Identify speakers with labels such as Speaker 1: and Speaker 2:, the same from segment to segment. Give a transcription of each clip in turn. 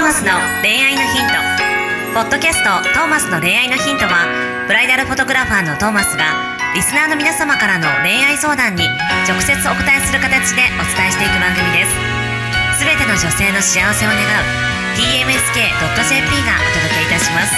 Speaker 1: マスの恋愛のヒント」ポッドキャスト「トーマスの恋愛のヒントは」ブライダルフォトグラファーのトーマスがリスナーの皆様からの恋愛相談に直接お答えする形でお伝えしていく番組ですすべての女性の幸せを願う tmsk.jp がお届けいたします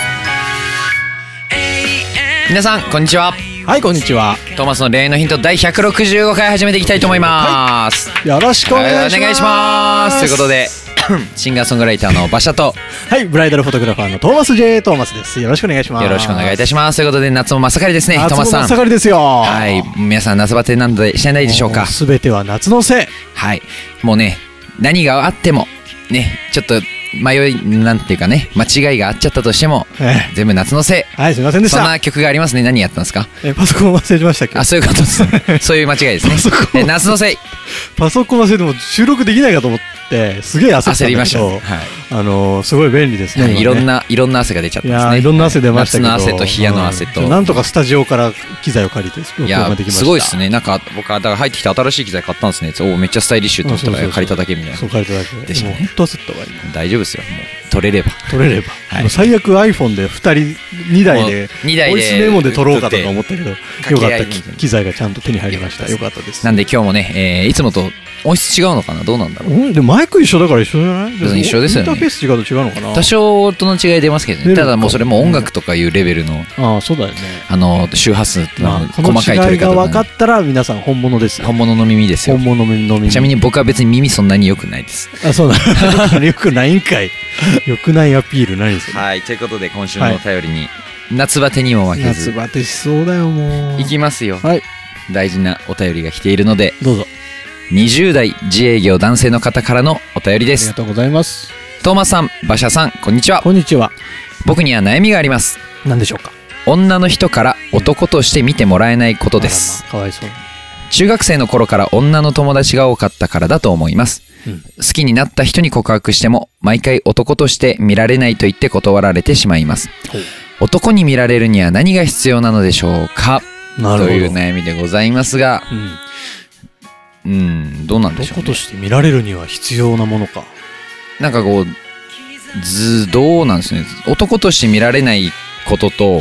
Speaker 2: 皆さんこんにちは
Speaker 3: はいこんにちは
Speaker 2: トーマスの恋愛のヒント第165回始めていきたいと思います、
Speaker 3: よろしくお願いします,、
Speaker 2: お願いしますということで シンガーソングライターの馬車と
Speaker 3: はいブライダルフォトグラファーのトーマス J トーマスですよろしくお願いします
Speaker 2: よろしくお願いいたしますということで夏も真っ盛りですねトーマス
Speaker 3: 夏の真
Speaker 2: さ
Speaker 3: っ盛
Speaker 2: ん
Speaker 3: りですよは
Speaker 2: はい皆さん夏バテなどでしてないでしょうか
Speaker 3: すべては夏のせい
Speaker 2: はいもうね何があってもねちょっと迷いなんていうかね間違いがあっちゃったとしても
Speaker 3: ええ
Speaker 2: 全部夏のせ
Speaker 3: はいすみません
Speaker 2: い
Speaker 3: でし
Speaker 2: そん
Speaker 3: た
Speaker 2: な曲がありますね何やったんですか
Speaker 3: えパソコン忘れてましたっけ
Speaker 2: あそういうこと ですねそういう間違いですね
Speaker 3: パソコン
Speaker 2: え夏のせい
Speaker 3: パソコン忘れても収録できないかと思ってすげえ焦ったんだけど
Speaker 2: 焦りましたねはい
Speaker 3: あのーすごい便利です ね
Speaker 2: はいいろん
Speaker 3: な
Speaker 2: な、いろんな汗が出ちゃった
Speaker 3: い
Speaker 2: んです
Speaker 3: や
Speaker 2: ね。
Speaker 3: ーいろんな汗出ましたけど
Speaker 2: 夏の汗と冷やの汗
Speaker 3: う
Speaker 2: と。
Speaker 3: んなんとかスタジオから機材を借りて録
Speaker 2: い
Speaker 3: 音
Speaker 2: や
Speaker 3: ができました
Speaker 2: すごいですね。なんか、僕は、だから入ってきて新しい機材買ったんですね。おお、めっちゃスタイリッシュと思った
Speaker 3: うんそう
Speaker 2: ら
Speaker 3: そうそう
Speaker 2: 借りただけみたいな
Speaker 3: そう。借りただけ
Speaker 2: でしたね
Speaker 3: もう本当焦ったわ今
Speaker 2: 大丈夫ですよ。もう、取れれば。
Speaker 3: 取れれば、
Speaker 2: はい
Speaker 3: もう最悪 iPhone で2人2台
Speaker 2: も
Speaker 3: で
Speaker 2: う二台で
Speaker 3: ボイスメモで撮ろうかとか思ったけどよ
Speaker 2: 掛
Speaker 3: か
Speaker 2: け合
Speaker 3: っ
Speaker 2: い
Speaker 3: た
Speaker 2: みたいな
Speaker 3: 機材がちゃんと手に入りましたよかったです
Speaker 2: なんで今日もね、えーいつもと音質違うのかなどうなんだろう。
Speaker 3: うんでもマイク一緒だから一緒じゃない
Speaker 2: 別に一緒ですよね
Speaker 3: インターフェース違うと違うのかな
Speaker 2: 多少音の違い出ますけど
Speaker 3: 出
Speaker 2: ね。
Speaker 3: る
Speaker 2: ただもうそれも音楽とかいうレベルの、
Speaker 3: ああそうだよね、
Speaker 2: あの、周波数っていうのは
Speaker 3: まあ、
Speaker 2: 細
Speaker 3: この
Speaker 2: かい取
Speaker 3: 違い
Speaker 2: り
Speaker 3: が
Speaker 2: 方
Speaker 3: 分か
Speaker 2: の
Speaker 3: っ。たら皆さん本物ですよ
Speaker 2: 本物の耳ですよ
Speaker 3: 本。物のみのみ
Speaker 2: ちなみに僕は別に耳そんなに良くないです。
Speaker 3: あそうだよくないんかいよくないアピールないですよ、ね、
Speaker 2: はい。ということで、今週のお便りに、夏バテにも負け
Speaker 3: 夏
Speaker 2: ず、
Speaker 3: バテしそうだよもう
Speaker 2: いきますよ。
Speaker 3: はい
Speaker 2: 大事なお便りが来ているので
Speaker 3: どうぞ
Speaker 2: 20代自営業男性の方からのお便り
Speaker 3: あ
Speaker 2: で
Speaker 3: りが
Speaker 2: す
Speaker 3: とうございます
Speaker 2: トーマスさん馬車さんこんにちは
Speaker 3: こんにちは
Speaker 2: 僕には悩みがあります
Speaker 3: 何でしょうか
Speaker 2: 女の人から男として見てもらえないことです
Speaker 3: あらまかわいそうに
Speaker 2: 中学生の頃から女の友達が多かったからだと思います
Speaker 3: うん
Speaker 2: 好きになった人に告白しても毎回男として見られないと言って断られてしまいます
Speaker 3: ほう
Speaker 2: 男に見られるには何が必要なのでしょうか
Speaker 3: なるほど
Speaker 2: という悩みでございますが
Speaker 3: うん
Speaker 2: うんどうなんでしょう
Speaker 3: 男
Speaker 2: ね
Speaker 3: として見られるには必要なものか
Speaker 2: なんかこうずどうなんですね男として見られないことと、
Speaker 3: う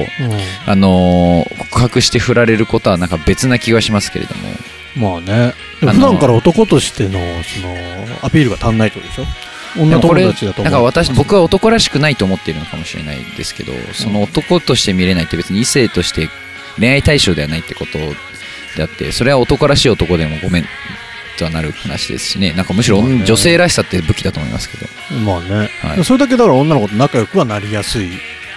Speaker 2: あのー告白して振られることはなんか別な気がしますけれども
Speaker 3: んまあねでも
Speaker 2: あの
Speaker 3: 普段から男としてのそのアピールが足んないってことでしょ
Speaker 2: で
Speaker 3: 女
Speaker 2: もこれ
Speaker 3: 友
Speaker 2: なん
Speaker 3: 達だと思う
Speaker 2: か私僕は男らしくないと思っているのかもしれないですけどその男として見れないって別に異性として恋愛対象ではないってことであってそれは男らしい男でもごめんとはなる話ですしねなんかむしろ
Speaker 3: まあね
Speaker 2: 女性らしさって武器だと思いますけど
Speaker 3: まあね、
Speaker 2: はい
Speaker 3: それだけだから女の子と仲良くはなりやすい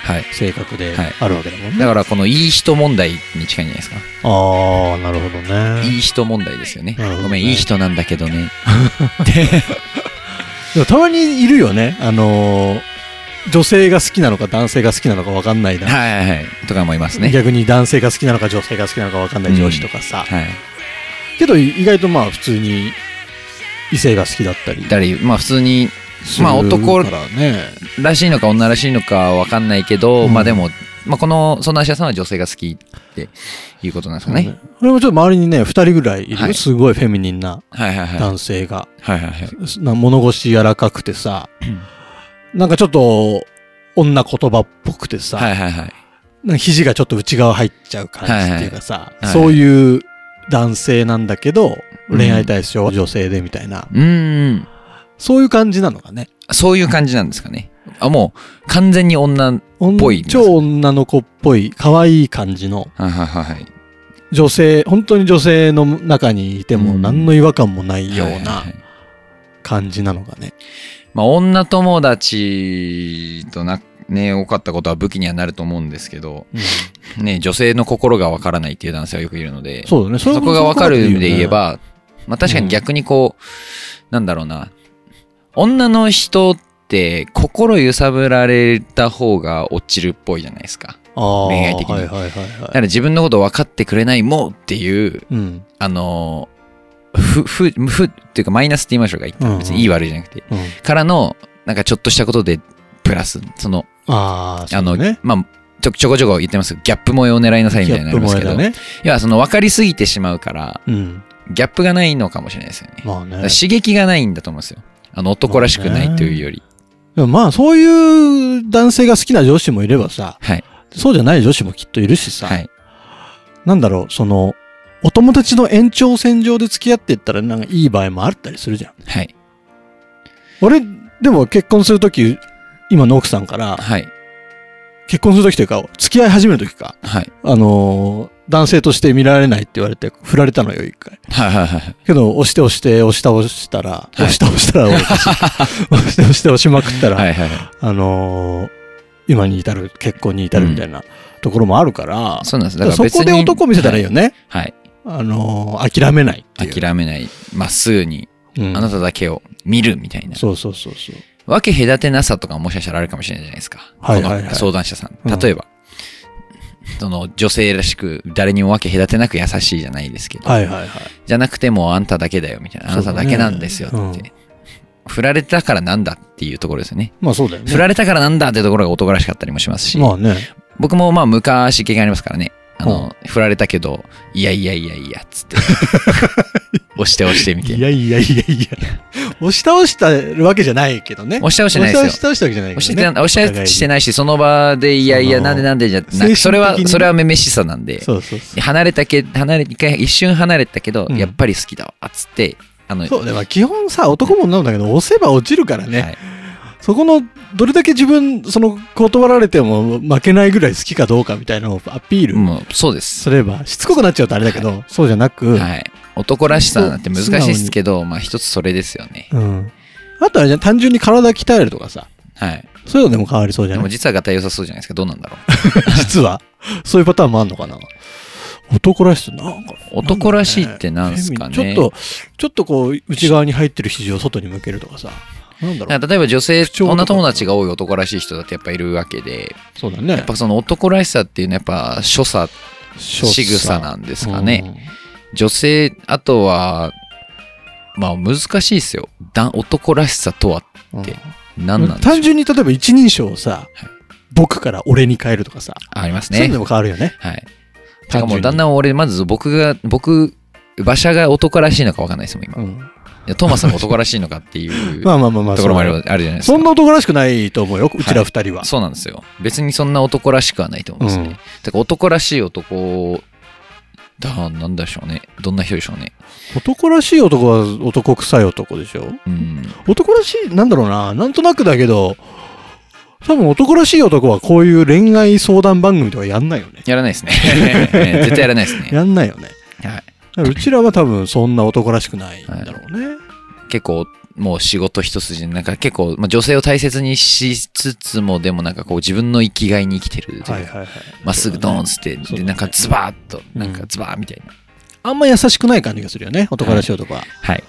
Speaker 2: はい
Speaker 3: 性格で
Speaker 2: はい
Speaker 3: あるわけだもんね、
Speaker 2: だからこのいい人問題に近いんじゃないですか
Speaker 3: ああなるほどね
Speaker 2: いい人問題ですよね
Speaker 3: なるほどね
Speaker 2: ごめんいい人なんだけどね
Speaker 3: でもたまにいるよねあのー女性が好きなのか男性が好きなのか分かんないな、
Speaker 2: はいはいはい。とかもいますね。
Speaker 3: 逆に男性が好きなのか女性が好きなのか分かんない上司とかさ、
Speaker 2: はい。
Speaker 3: けど意外とまあ普通に異性が好きだったり
Speaker 2: だり、まあ普通に、
Speaker 3: する
Speaker 2: まあ男
Speaker 3: からね
Speaker 2: らしいのか女らしいのかわかんないけど、
Speaker 3: うん
Speaker 2: まあでも、まあこの、その芦田さんは女性が好きっていうことなんですかね。
Speaker 3: これもちょっと周りにね2人ぐらいいるよ、
Speaker 2: はい
Speaker 3: すごいフェミニンな
Speaker 2: はいはいはい。はい
Speaker 3: 男性が、
Speaker 2: はいはい。
Speaker 3: な物腰柔らかくてさ、なんかちょっと女言葉っぽくてさ、
Speaker 2: はいはいはい。
Speaker 3: なんか肘がちょっと内側入っちゃう感じっていうかさ、
Speaker 2: いはい
Speaker 3: そういう男性なんだけど
Speaker 2: うん
Speaker 3: 恋愛対象は女性でみたいな、
Speaker 2: うーん。
Speaker 3: そういう感じなのかね
Speaker 2: そういう感じなんですかね。あ、もう完全に女、はい
Speaker 3: 女
Speaker 2: ぽい
Speaker 3: 超女の子っぽい可愛い感じの
Speaker 2: はいはいはい。
Speaker 3: 女性本当に女性の中にいても
Speaker 2: うん
Speaker 3: 何の違和感もないよ
Speaker 2: は
Speaker 3: う
Speaker 2: い
Speaker 3: な
Speaker 2: はいはい
Speaker 3: 感じなのかね、
Speaker 2: まあ女友達とな、ね、多かったことは武器にはなると思うんですけど、
Speaker 3: うん
Speaker 2: ね、女性の心がわからないっていう男性はよくいるので、
Speaker 3: そうだね。それ
Speaker 2: そこが分かる意味で言え、ば、まあ確か
Speaker 3: うん
Speaker 2: に逆にこう、なんだろうな、女の人って心揺さぶられた方が落ちるっぽいじゃないですか。
Speaker 3: 恋
Speaker 2: 恋愛的に
Speaker 3: はいはいはい
Speaker 2: だ
Speaker 3: は
Speaker 2: か
Speaker 3: い。
Speaker 2: ら自分のこと分かってくれないもうっていう、
Speaker 3: うん。
Speaker 2: あのー、ふ、ふ、ふっていうかマイナスって言いましょうか、一
Speaker 3: うんう
Speaker 2: 旦
Speaker 3: ん
Speaker 2: 別にいい悪いじゃなくて。
Speaker 3: うん、
Speaker 2: からの、なんかちょっとしたことで、プラス、その、
Speaker 3: ああ、
Speaker 2: あ
Speaker 3: そ
Speaker 2: の、
Speaker 3: うね。
Speaker 2: まあ、ちょちょこちょこ言ってますギャップ萌えを狙いなさいみたいになりますけ
Speaker 3: ギャ
Speaker 2: ど、
Speaker 3: ップ萌えだね。
Speaker 2: 要はその分かりすぎてしまうから、
Speaker 3: うん。
Speaker 2: ギャップがないのかもしれないですよね。
Speaker 3: まあ
Speaker 2: だ
Speaker 3: ね
Speaker 2: から。刺激がないんだと思うんですよ。あの男らしくないというより。
Speaker 3: でもまあ、そういう男性が好きな上司もいればさ、
Speaker 2: はい。
Speaker 3: そうじゃない女子もきっといるしさ、
Speaker 2: はい。
Speaker 3: なんだろう、その、お友達の延長線上で付き合っていったらなんかいい場合もあったりするじゃん。
Speaker 2: はい。
Speaker 3: 俺、でも結婚するとき、今の奥さんから、
Speaker 2: はい。
Speaker 3: 結婚するときというか、付き合い始めるときか、
Speaker 2: はい。
Speaker 3: あのー男性として見られないって言われて、振られたのよ、一回。
Speaker 2: はい。はい。はい。
Speaker 3: けど、押して押して、押し倒したら、
Speaker 2: い
Speaker 3: 押し 倒したら、俺押して押して押しまくったら、
Speaker 2: はい。はい。
Speaker 3: あのー今に至る、結婚に至るみたいなところもあるから、
Speaker 2: そうなんです。だ
Speaker 3: だ
Speaker 2: か
Speaker 3: からら
Speaker 2: 別
Speaker 3: そ
Speaker 2: に。
Speaker 3: こで男を見せたらいいよね。
Speaker 2: はい。
Speaker 3: あのー諦めないっ
Speaker 2: は
Speaker 3: て
Speaker 2: い。
Speaker 3: いう。
Speaker 2: 諦めない。まっすぐに、
Speaker 3: うん
Speaker 2: あなただけを見るみたいな。
Speaker 3: そうそうそうそう。
Speaker 2: わけ隔てなさとかもしかしたらあるかもしれないじゃないですか。
Speaker 3: はいはいはい
Speaker 2: この相談者さん。
Speaker 3: うん
Speaker 2: 例えば、その女性らしく、誰にもわけ隔てなく優しいじゃないですけど、
Speaker 3: はいはいはい。
Speaker 2: じゃなくてもうあんただけだよみたいな、あ
Speaker 3: そ
Speaker 2: な
Speaker 3: うだ
Speaker 2: た
Speaker 3: ね
Speaker 2: だけなんですよって。
Speaker 3: うん
Speaker 2: 振られたからなんだっていうところですよね。
Speaker 3: まあそうだよね。
Speaker 2: 振られたからなんだってところが男らしかったりもしますし、
Speaker 3: まあね。
Speaker 2: 僕もまあ昔経験ありますからね。あの、振られたけど、いやいやいやいや、つ って。押して押してみて
Speaker 3: い。やいやいやいや。押し倒したわけじゃないけどね。
Speaker 2: 押し倒してないですよ
Speaker 3: 押し倒したわけじゃないけど、
Speaker 2: 押し
Speaker 3: ね。
Speaker 2: てた押し
Speaker 3: お互い
Speaker 2: た
Speaker 3: に
Speaker 2: してないし、その場で、いやいや、
Speaker 3: あの
Speaker 2: なんでなんでじゃなく
Speaker 3: 精神的に
Speaker 2: それは、それはめめしさなんで、
Speaker 3: そうそうそう。
Speaker 2: 離れたけ、離れ、一回、一瞬離れたけど、
Speaker 3: うん
Speaker 2: やっぱり好きだわ、っつって、あの、
Speaker 3: そうね、まあ、基本さ、男も女もだけど、押せば落ちるからね。
Speaker 2: はい
Speaker 3: そこの、どれだけ自分、その、断られても負けないぐらい好きかどうかみたいなのをアピール
Speaker 2: もう、そうです。
Speaker 3: すれば、しつこくなっちゃうとあれだけど、そうじゃなく、
Speaker 2: はい。男らしさなんて難しいですけど、まあ、一つそれですよね。
Speaker 3: うん。あとはね、単純に体鍛えるとかさ、
Speaker 2: はい。
Speaker 3: そういうのでも変わりそうじ
Speaker 2: で
Speaker 3: ゃな
Speaker 2: も、
Speaker 3: い
Speaker 2: 実はガタ良さそうじゃないですか、どうなん だろう。
Speaker 3: 実は、そういうパターンもあるのかな。男らしさ、なんか、
Speaker 2: 男らしいってなんすかね
Speaker 3: フェミちょっと、ちょっとこう、内側に入ってる肘を外に向けるとかさ、なんだろ
Speaker 2: だ
Speaker 3: う。
Speaker 2: から例えば女性
Speaker 3: 不、調とか
Speaker 2: 女友達が多い男らしい人だってやっぱいるわけで、
Speaker 3: そうだね。
Speaker 2: やっぱその男らしさっていうのはやっぱ所作、
Speaker 3: 仕
Speaker 2: 仕草なんですかね。女性あとはまあ難しいですよだ男らしさとは
Speaker 3: うん。
Speaker 2: って何なんでしょう
Speaker 3: 単純に例えば一人称をさ、
Speaker 2: はい
Speaker 3: 僕から俺に変えるとかさ、
Speaker 2: あります
Speaker 3: そういうので
Speaker 2: ね
Speaker 3: も変わるよね。
Speaker 2: はいだから
Speaker 3: 単
Speaker 2: も
Speaker 3: 純
Speaker 2: う
Speaker 3: に
Speaker 2: だんだん俺まず僕が僕馬車が男らしいのか分かんないですもん今、
Speaker 3: う
Speaker 2: い
Speaker 3: ん
Speaker 2: やトーマスさんが男らしいのかっていう
Speaker 3: まあまあまあまあ、
Speaker 2: ところもある
Speaker 3: そう
Speaker 2: あるじゃないですか
Speaker 3: そんな男らしくないと思うよ、うちら二人は。
Speaker 2: そうなんですよ別にそんな男らしくはないと思うんですね、
Speaker 3: うん
Speaker 2: だから男らしい男だなんでしょうねどんな人でしょうね
Speaker 3: 男らしい男は男臭い男でしょ。
Speaker 2: うん
Speaker 3: 男らしい、なんだろうな、なんとなくだけど、多分男らしい男はこういう恋愛相談番組とかやんないよね。
Speaker 2: やらない ですねね絶対やらないですね
Speaker 3: やんないよね。
Speaker 2: はいう
Speaker 3: ちらは多分そんな男らしくないんだろうね。
Speaker 2: 結構もう仕事一筋なんか結構、まあ、女性を大切にしつつもでもなんかこう自分の生きがいに生きてるというか
Speaker 3: はいはいはい。
Speaker 2: まっすぐドーンっつって、
Speaker 3: そうだね
Speaker 2: でなんかズバーっと
Speaker 3: うん
Speaker 2: なんかズバーみたいな、
Speaker 3: あんま優しくない感じがするよね、男らしい男は。
Speaker 2: はい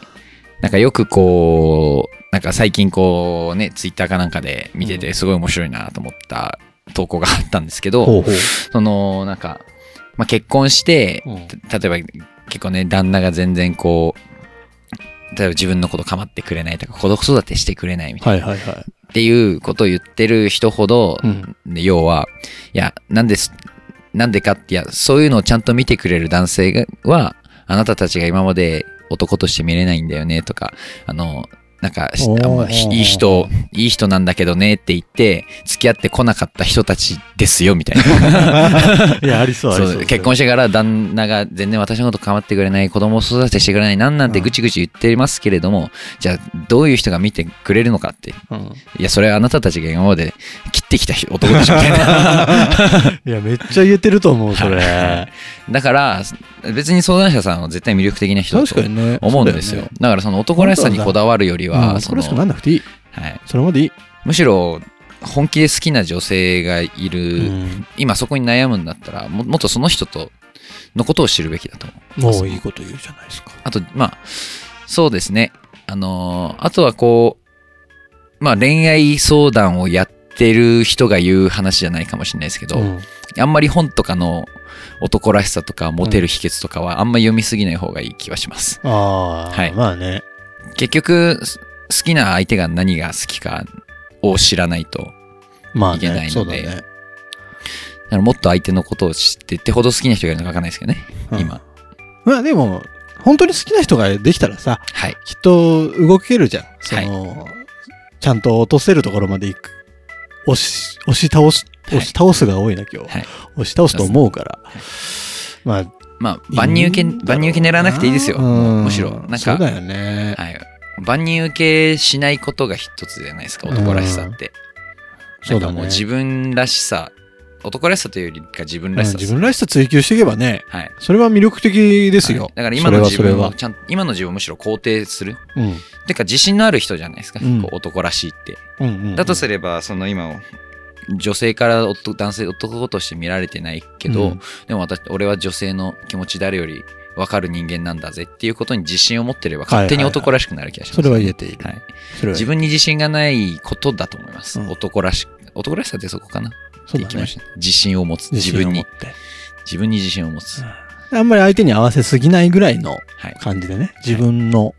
Speaker 2: なんかよくこうなんか最近こうねツイッターかなんかで見て
Speaker 3: う
Speaker 2: てすごい面白いなと思った投稿があったんですけど、
Speaker 3: ほうほう。
Speaker 2: そのなんか、まあ、結婚して、
Speaker 3: うん
Speaker 2: た例えば結構ね旦那が全然こう例えば自分のこと構ってくれないとか子育てしてくれないみたいな
Speaker 3: はいはいはい。
Speaker 2: っていうことを言ってる人ほど、
Speaker 3: うん
Speaker 2: で要は、いや、なんです、なんでかって、いや、そういうのをちゃんと見てくれる男性がは、あなたたちが今まで男として見れないんだよねとか、あの、なんか、し
Speaker 3: おー
Speaker 2: あもうひいい人、いい人なんだけどねって言って、付き合ってこなかった人たちですよ、 みたいな。
Speaker 3: いや、ありそう、あり
Speaker 2: そ
Speaker 3: そうう。
Speaker 2: 結婚してから旦那が全然私のこと構ってくれない子供を育てしてくれないなんなんてぐちぐち言ってますけれども、じゃあどういう人が見てくれるのかって
Speaker 3: うん
Speaker 2: いや、それはあなたたちが今まで切ってきた人男でしょみたい な。
Speaker 3: いや、めっちゃ言えてると思う、それ。
Speaker 2: だから、別に相談者さんは絶対魅力的な人だと
Speaker 3: ね
Speaker 2: 思うんですよ。だから、その男らしさにこだわるより
Speaker 3: うん
Speaker 2: は、そ
Speaker 3: 男
Speaker 2: の
Speaker 3: らしくなんなくていい。
Speaker 2: はい、
Speaker 3: それまでいい。
Speaker 2: むしろ本気で好きな女性がいうる、
Speaker 3: ん
Speaker 2: 今そこに悩むんだったらも、もっとその人とのことを知るべきだと思う。
Speaker 3: もういいこと言うじゃないですか。
Speaker 2: あと、まあ、そうですね。あのーあとはこう、まあ、恋愛相談をやってる人が言う話じゃないかもしれないですけど、
Speaker 3: うん
Speaker 2: あんまり本とかの男らしさとかモテる秘訣とかはあんま読みすぎない方がいい気はします。
Speaker 3: あ
Speaker 2: は
Speaker 3: あ
Speaker 2: い、
Speaker 3: まあね。
Speaker 2: 結局す好きな相手が何が好きかを知らないと、
Speaker 3: まあ
Speaker 2: いけな
Speaker 3: ね、
Speaker 2: い
Speaker 3: そ
Speaker 2: の
Speaker 3: うだ
Speaker 2: で
Speaker 3: ね。
Speaker 2: だからもっと相手のことを知ってってほど好きな人がいるのかわかんないですけどね、
Speaker 3: うん
Speaker 2: 今。
Speaker 3: まあでも、本当に好きな人ができたらさ、
Speaker 2: はい。
Speaker 3: きっと動けるじゃん。その、ちゃんと落とせるところまで行く。押し、押し倒す、
Speaker 2: はい
Speaker 3: 押し倒すが多いな、今日。
Speaker 2: はい
Speaker 3: 押し倒すと思うから。まあ、
Speaker 2: まあ万人受け万人受け狙わなくていいですよ
Speaker 3: うん
Speaker 2: むしろなん
Speaker 3: そう
Speaker 2: か
Speaker 3: だよね。
Speaker 2: はい万人受けしないことが一つじゃないですか男らしさって
Speaker 3: そうだ
Speaker 2: なんか
Speaker 3: ね
Speaker 2: もう自分らしさ男らしさというよりか自分
Speaker 3: うん
Speaker 2: らしさで
Speaker 3: 自
Speaker 2: す
Speaker 3: 分らしさ追求していけばね、
Speaker 2: はい
Speaker 3: それは魅力的ですよ。
Speaker 2: はいだから今の自
Speaker 3: それ
Speaker 2: 分
Speaker 3: は
Speaker 2: をちゃんと今の自分をむしろ肯定する
Speaker 3: それは。
Speaker 2: てか自信のある人じゃないですか、
Speaker 3: うん
Speaker 2: こう男らしいって
Speaker 3: うん。うんうんうん
Speaker 2: だとすればその今を女性から男男性男として見られてないけど、
Speaker 3: うん
Speaker 2: でも私俺は女性の気持ち誰より分かる人間なんだぜっていうことに自信を持ってれば勝手に男らしくなる気がします、
Speaker 3: それは言えている。
Speaker 2: はい
Speaker 3: それは
Speaker 2: 自分
Speaker 3: 言えている
Speaker 2: に自信がないことだと思います、
Speaker 3: うん
Speaker 2: 男らしく男らしさってそこかなっ
Speaker 3: そう
Speaker 2: てい
Speaker 3: だ
Speaker 2: きま
Speaker 3: ね
Speaker 2: した自信を持つ自
Speaker 3: 信を
Speaker 2: 分
Speaker 3: 持っ
Speaker 2: に
Speaker 3: て
Speaker 2: 自分に自信を持つ、
Speaker 3: うんあんまり相手に合わせすぎないぐらいの
Speaker 2: はい、
Speaker 3: 感じでね、自分の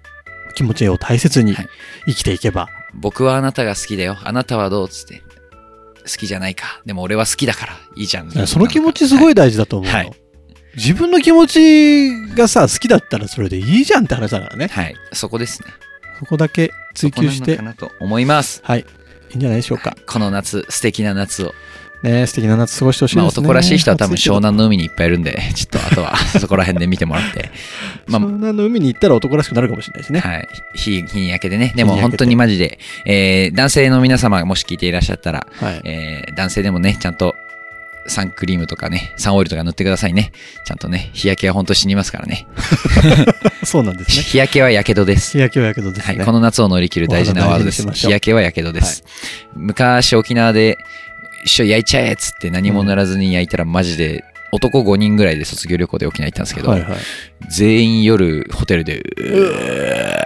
Speaker 3: 気持ちを大切に
Speaker 2: はい
Speaker 3: 生きていけば、
Speaker 2: 僕はあなたが好きだよあなたはどうっつって好きじゃないかでも俺は好きだからいいじゃん
Speaker 3: その気持ちすご
Speaker 2: はい
Speaker 3: 大事だと思うの、
Speaker 2: はい
Speaker 3: 自分の気持ちがさ、好きだったらそれでいいじゃんって話だからね
Speaker 2: い、。はいそこですね
Speaker 3: そこだけ追求し
Speaker 2: そ
Speaker 3: て
Speaker 2: こ、なのかなと思います
Speaker 3: はい。いいんじゃないでしょうか。
Speaker 2: この夏素敵な夏を、
Speaker 3: ね素敵な夏過ごしてほしいですね。
Speaker 2: まあ、男らしい人は多分
Speaker 3: 暑いけど
Speaker 2: 湘南の海にいっぱいいるんでちょっとあとは そこら辺で見てもらってまあ
Speaker 3: 湘南の海に行ったら男らしくなるかもしれないですね。
Speaker 2: はい。日、日に焼けでね。で
Speaker 3: 日
Speaker 2: も
Speaker 3: に焼
Speaker 2: 本
Speaker 3: けて
Speaker 2: 当にマジで、えー、男性の皆様がもし聞いていらっしゃったら、
Speaker 3: はい。
Speaker 2: えー、男性でもね、ちゃんと、サンクリームとかね、サンオイルとか塗ってくださいね。ちゃんとね、日焼けは本当死にますからね。
Speaker 3: そうなんですね。
Speaker 2: 日焼けはやけどです。
Speaker 3: 日焼けはやけどです
Speaker 2: は
Speaker 3: ね。
Speaker 2: い、この夏を乗り切る大事なワードで
Speaker 3: お
Speaker 2: す。
Speaker 3: 肌大事にしまし
Speaker 2: 日
Speaker 3: ょう
Speaker 2: 焼けはやけどです。昔沖縄で一緒焼いちゃえっつって何もならずに焼いたらマジで男5人ぐらいで卒業旅行で沖縄行ったんですけど、
Speaker 3: はいはい。
Speaker 2: 全員夜ホテルでうー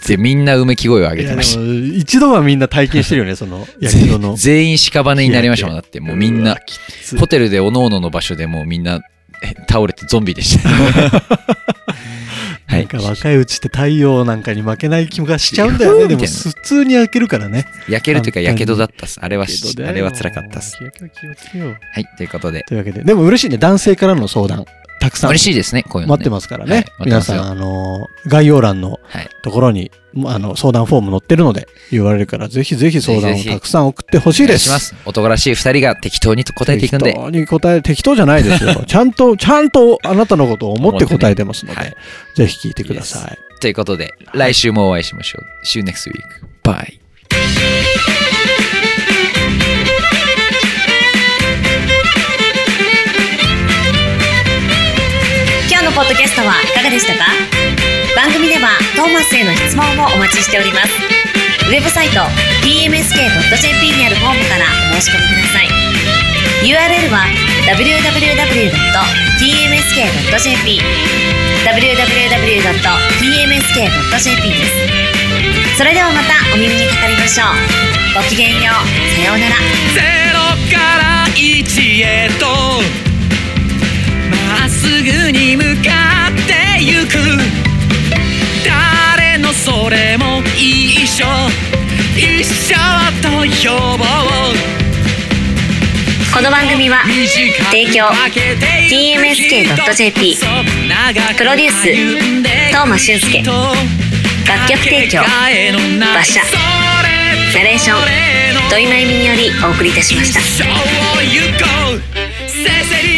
Speaker 2: ってみんなうめき声を上
Speaker 3: い
Speaker 2: げ
Speaker 3: や
Speaker 2: てました。
Speaker 3: でも一度はみんな体験してるよね、その、やけどの。
Speaker 2: 全員屍になりましたもんだってもうみん
Speaker 3: う
Speaker 2: な
Speaker 3: わきつい
Speaker 2: ホテルでおのおのの場所でもうみんなえ倒れてゾンビでした は
Speaker 3: なん
Speaker 2: い
Speaker 3: か若いうちって太陽なんかに負けない気がしちゃうんだよね。でも
Speaker 2: みたいな
Speaker 3: 普通に焼けるからね。
Speaker 2: 焼けるというかやけどだったっすあれは
Speaker 3: けどだよ
Speaker 2: あれは辛かったっす
Speaker 3: 日焼けは気をつけよう。
Speaker 2: はいということで
Speaker 3: というわけで、でも嬉しいね。男性からの相談、たくさん
Speaker 2: 嬉
Speaker 3: 待
Speaker 2: しいですねこういうの、ね、
Speaker 3: ってますから
Speaker 2: はい
Speaker 3: ね。
Speaker 2: 待って
Speaker 3: 皆
Speaker 2: ます
Speaker 3: さ
Speaker 2: よ
Speaker 3: ん、あの、概要欄の
Speaker 2: はい
Speaker 3: ところに、まああの、相談フォーム載ってるので、言われるから、ぜひぜひ相
Speaker 2: ぜ
Speaker 3: 談を
Speaker 2: ひぜひ
Speaker 3: たくさん送ってほしい
Speaker 2: お願
Speaker 3: で
Speaker 2: いし
Speaker 3: す。
Speaker 2: ます男らしい2人が適当に答えていくんで
Speaker 3: 適当に答え、適当じゃないですよ。ちゃんと、ちゃんとあなたのことを思って
Speaker 2: 思ってね
Speaker 3: 答えてますので、
Speaker 2: はい
Speaker 3: ぜひ聞いてください。
Speaker 2: ということで来週もお会いしましょう See you next week bye
Speaker 1: 「今日のポッドキャストはいかがでしたか番組ではトーマスへの質問もお待ちしておりますウェブサイト tmsk.jp にあるフォームからお申し込みください URL は www.tmsk.jp www.tmsk.jp ですそれではまたお耳にかかりましょうごきげんようさようなら
Speaker 4: ゼロから一へとまっすぐに向かってゆく誰のそれも一緒一緒と呼ぼう
Speaker 1: この番組は提供 TMSK.jp プロデュー
Speaker 4: ス
Speaker 1: 東間俊介楽曲提供馬車ナレーション土井真由美によりお送りいたしました
Speaker 4: 「一生を行こうせせり